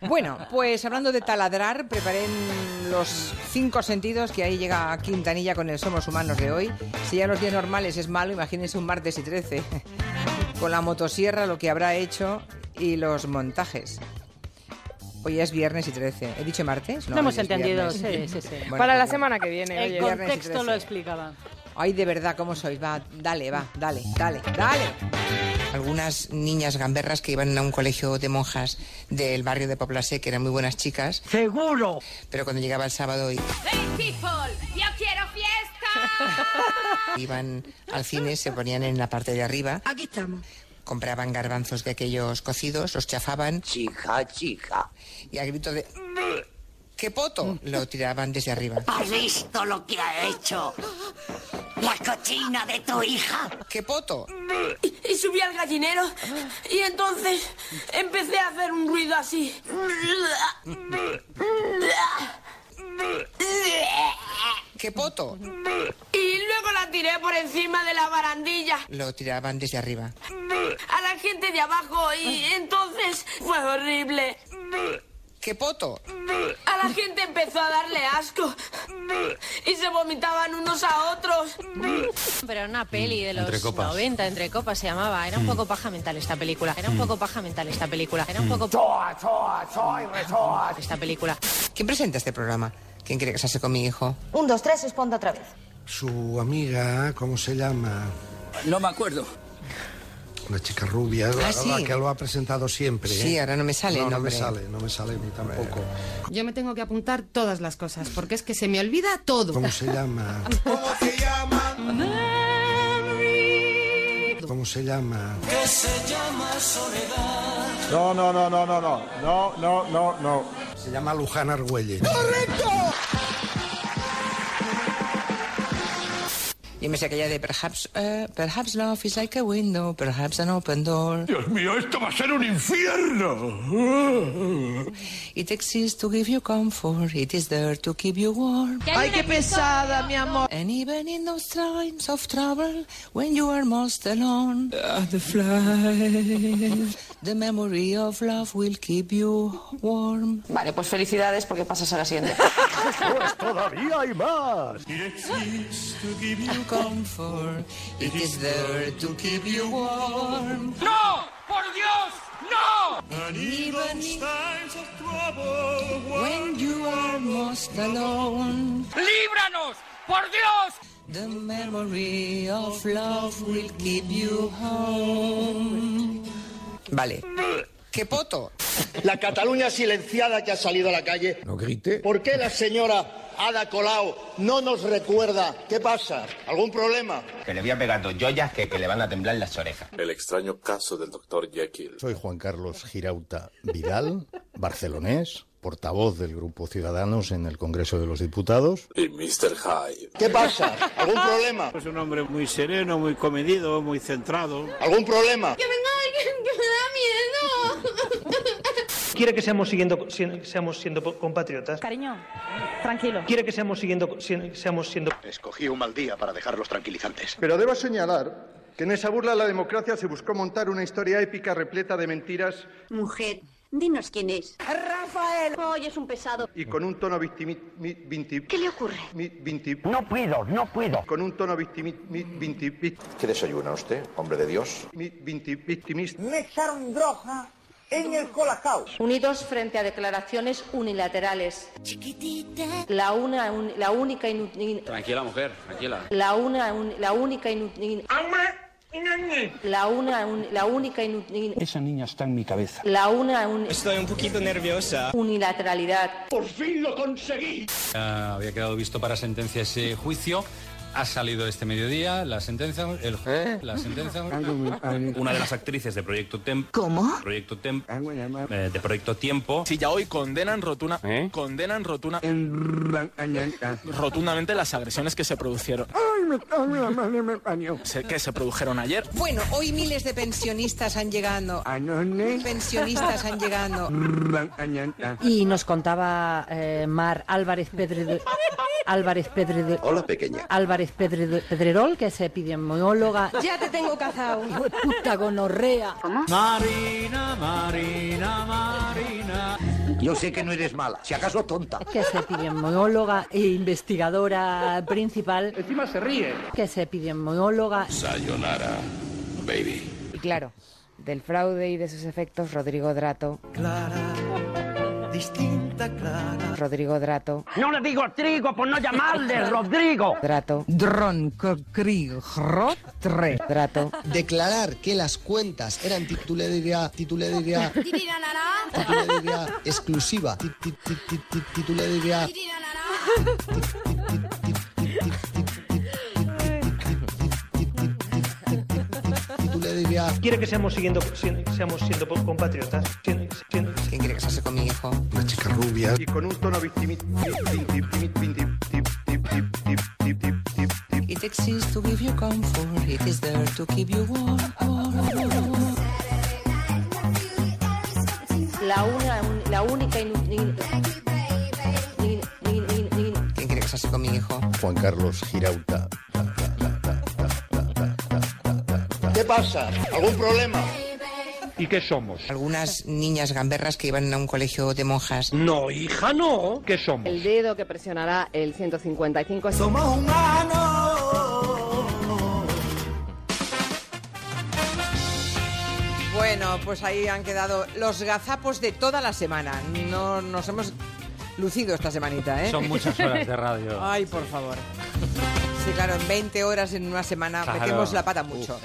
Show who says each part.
Speaker 1: Bueno, pues hablando de taladrar, preparen los cinco sentidos que ahí llega Quintanilla con el Somos Humanos de hoy. Si ya los días normales es malo, imagínense un martes y trece. Con la motosierra, lo que habrá hecho y los montajes. Hoy es viernes y 13. ¿He dicho martes?
Speaker 2: No, hemos
Speaker 1: hoy es
Speaker 2: entendido,
Speaker 1: viernes.
Speaker 2: sí, sí, sí.
Speaker 1: Bueno,
Speaker 3: Para la
Speaker 1: pues,
Speaker 3: semana que viene.
Speaker 2: El
Speaker 3: oye.
Speaker 1: con- Viernes y
Speaker 2: contexto lo
Speaker 1: trece.
Speaker 2: explicaba.
Speaker 1: Ay, de verdad, ¿cómo sois? Va, dale, va, dale, dale, dale.
Speaker 4: algunas niñas gamberras que iban a un colegio de monjas del barrio de Poplasé, que eran muy buenas chicas. ¡Seguro! Pero cuando llegaba el sábado i-
Speaker 5: Hey people, yo quiero fiesta.
Speaker 4: iban al cine, se ponían en la parte de arriba. Aquí estamos. Compraban garbanzos de aquellos cocidos, los chafaban
Speaker 6: Chica, chica,
Speaker 4: y al grito de ¡Qué poto! lo tiraban desde arriba.
Speaker 6: ¿has visto lo que ha hecho la cochina de tu hija?
Speaker 4: ¡Qué poto!
Speaker 7: Y subí al gallinero y entonces empecé a hacer un ruido así.
Speaker 4: ¡Qué poto!
Speaker 7: Y luego la tiré por encima de la barandilla
Speaker 4: lo tiraban desde arriba.
Speaker 7: a la gente de abajo y entonces fue horrible.
Speaker 4: ¡Qué poto!
Speaker 7: A la gente empezó a darle asco y se vomitaban unos a otros.
Speaker 8: Pero era una peli de los
Speaker 9: Entre copas. Hmm.
Speaker 8: 90, entre copas se llamaba. Era un poco paja mental esta película. Era un poco paja mental esta película. Era
Speaker 9: Hmm.
Speaker 8: un poco esta película.
Speaker 4: ¿Quién presenta este programa? ¿Quién quiere casarse con mi hijo?
Speaker 10: Un, dos, tres, responda otra vez.
Speaker 9: Su amiga, ¿cómo se llama?
Speaker 6: No me acuerdo.
Speaker 9: Una chica rubia, la,
Speaker 4: Ah, sí.
Speaker 9: la que lo ha presentado siempre.
Speaker 4: Sí,
Speaker 9: ¿eh?
Speaker 4: ahora no me sale el
Speaker 9: No, no me
Speaker 4: nombre.
Speaker 9: sale, no me sale a mí tampoco.
Speaker 11: Yo me tengo que apuntar todas las cosas, porque es que se me olvida todo.
Speaker 9: ¿Cómo se llama? ¿Cómo se llama?
Speaker 12: No, no, no, no, no, no, no, no, no, no.
Speaker 9: Se llama Luján Argüelles.
Speaker 4: Y me sé aquella de perhaps, eh, perhaps love is like a window, perhaps an open door.
Speaker 12: Dios mío, esto va a ser un infierno.
Speaker 4: It exists to give you comfort, it is there to keep you warm.
Speaker 8: Ay, qué pesada, mi amor.
Speaker 4: And even in those times of trouble, when you are most alone, the the memory of love will keep you warm.
Speaker 10: Vale, pues felicidades porque pasas a la siguiente.
Speaker 12: Pues todavía hay más.
Speaker 4: Comfort, it is there to keep you warm.
Speaker 6: ¡No! ¡Por Dios! ¡No!
Speaker 4: And even in times of trouble, when you are most alone.
Speaker 6: ¡Líbranos! ¡Por Dios!
Speaker 4: The memory of love will keep you home. Vale. ¡Qué poto!
Speaker 12: La Cataluña silenciada que ha salido a la calle.
Speaker 9: No grite.
Speaker 12: ¿Por qué la señora Ada Colau no nos recuerda? ¿Qué pasa? ¿Algún problema?
Speaker 6: Que le voy a pegar dos joyas que, que le van a temblar las orejas.
Speaker 12: El extraño caso del doctor Jekyll.
Speaker 9: Soy Juan Carlos Girauta Vidal, barcelonés, portavoz del Grupo Ciudadanos en el Congreso de los Diputados.
Speaker 12: Y Mr. Hyde. ¿Qué pasa? ¿Algún problema?
Speaker 6: Es un hombre muy sereno, muy comedido, muy centrado.
Speaker 12: ¿Algún problema?
Speaker 7: ¡Que venga alguien que me da miedo!
Speaker 6: Quiere que seamos siguiendo, si- seamos siendo po- compatriotas.
Speaker 2: Cariño, tranquilo.
Speaker 6: Quiere que seamos siguiendo, si- seamos siendo.
Speaker 12: Escogí un mal día para dejarlos tranquilizantes. Pero debo señalar que en esa burla a la democracia se buscó montar una historia épica repleta de mentiras
Speaker 7: Mujer, dinos quién es. Rafael. Hoy es un pesado.
Speaker 12: y con un tono victimi... mi- vinti-
Speaker 7: ¿Qué le ocurre?
Speaker 12: mi- vinti- No puedo, no puedo. Con un tono victimi... mi- vinti- vi-
Speaker 6: ¿Qué desayuna usted, hombre de Dios?
Speaker 12: mi- vinti- victimista.
Speaker 3: Me echaron droga en el colacao.
Speaker 8: Unidos frente a declaraciones unilaterales. La, una, un- la única inútil.
Speaker 6: Tranquila, mujer, tranquila.
Speaker 8: La una, un- la única inútil. La una, un- la única inútil.
Speaker 6: Esa niña está en mi cabeza.
Speaker 8: La una, un-
Speaker 6: Estoy un poquito nerviosa.
Speaker 8: unilateralidad.
Speaker 12: ¡Por fin lo conseguí!
Speaker 6: había quedado visto para sentencia ese juicio. Ha salido este mediodía la sentencia. El, La sentencia. Una de las actrices de Proyecto Temp. ¿Cómo? Proyecto Temp. de Proyecto Tiempo. Si ya hoy condenan rotuna, condenan rotuna, rotundamente las agresiones que se producieron, se- que se produjeron ayer.
Speaker 4: Bueno, hoy miles de pensionistas han llegado. Pensionistas han llegado.
Speaker 2: Y nos contaba eh, Mar Álvarez Pedredo- Álvarez Pedredo-
Speaker 12: Hola, pequeña.
Speaker 2: Álvarez Pedredo- Pedrerol, que es epidemióloga.
Speaker 8: Ya te tengo cazado.
Speaker 2: Hijo de puta gonorrea.
Speaker 6: Marina, Marina, Marina.
Speaker 3: Yo sé que no eres mala, si acaso tonta.
Speaker 2: que es epidemióloga e investigadora principal.
Speaker 3: Encima se ríe.
Speaker 2: Que es epidemióloga.
Speaker 13: Sayonara, baby.
Speaker 14: Y claro, del fraude y de sus efectos, Rodrigo Drato. Clara, distinta Clara. Rodrigo Drato.
Speaker 3: No le digo trigo por no llamarle Rodrigo.
Speaker 14: Drato.
Speaker 1: Dron, rotre.
Speaker 14: Drato.
Speaker 15: Declarar que las cuentas eran titularidad, titularidad, titularidad exclusiva, ti- ti- ti- ti- ti- titularidad.
Speaker 16: Quiere que seamos siguiendo, siendo, seamos siendo compatriotas. Siendo, siendo.
Speaker 4: ¿Quién quiere casarse con mi hijo?
Speaker 9: Una chica rubia.
Speaker 12: Y con un tono victimi- victim- victim- victim- victim- victim- victim- victim-
Speaker 4: It exists to give you comfort. It is there to keep you warm.
Speaker 8: La, una, la única inu- inu- inu- inu- inu-
Speaker 4: ¿Quién quiere casarse con mi hijo?
Speaker 9: Juan Carlos Girauta.
Speaker 4: ¿Qué pasa? ¿Algún problema?
Speaker 12: ¿Y qué somos?
Speaker 4: Algunas niñas gamberras que iban a un colegio de monjas.
Speaker 12: No, hija, no. ¿Qué somos?
Speaker 14: El dedo que presionará el 155.
Speaker 3: Somos
Speaker 1: Bueno, pues ahí han quedado los gazapos de toda la semana. No nos hemos lucido esta semanita, ¿eh?
Speaker 6: Son muchas horas de radio.
Speaker 1: Ay, por favor. Sí, claro, en 20 horas en una semana
Speaker 6: Claro.
Speaker 1: metemos la pata mucho.
Speaker 6: Uf, es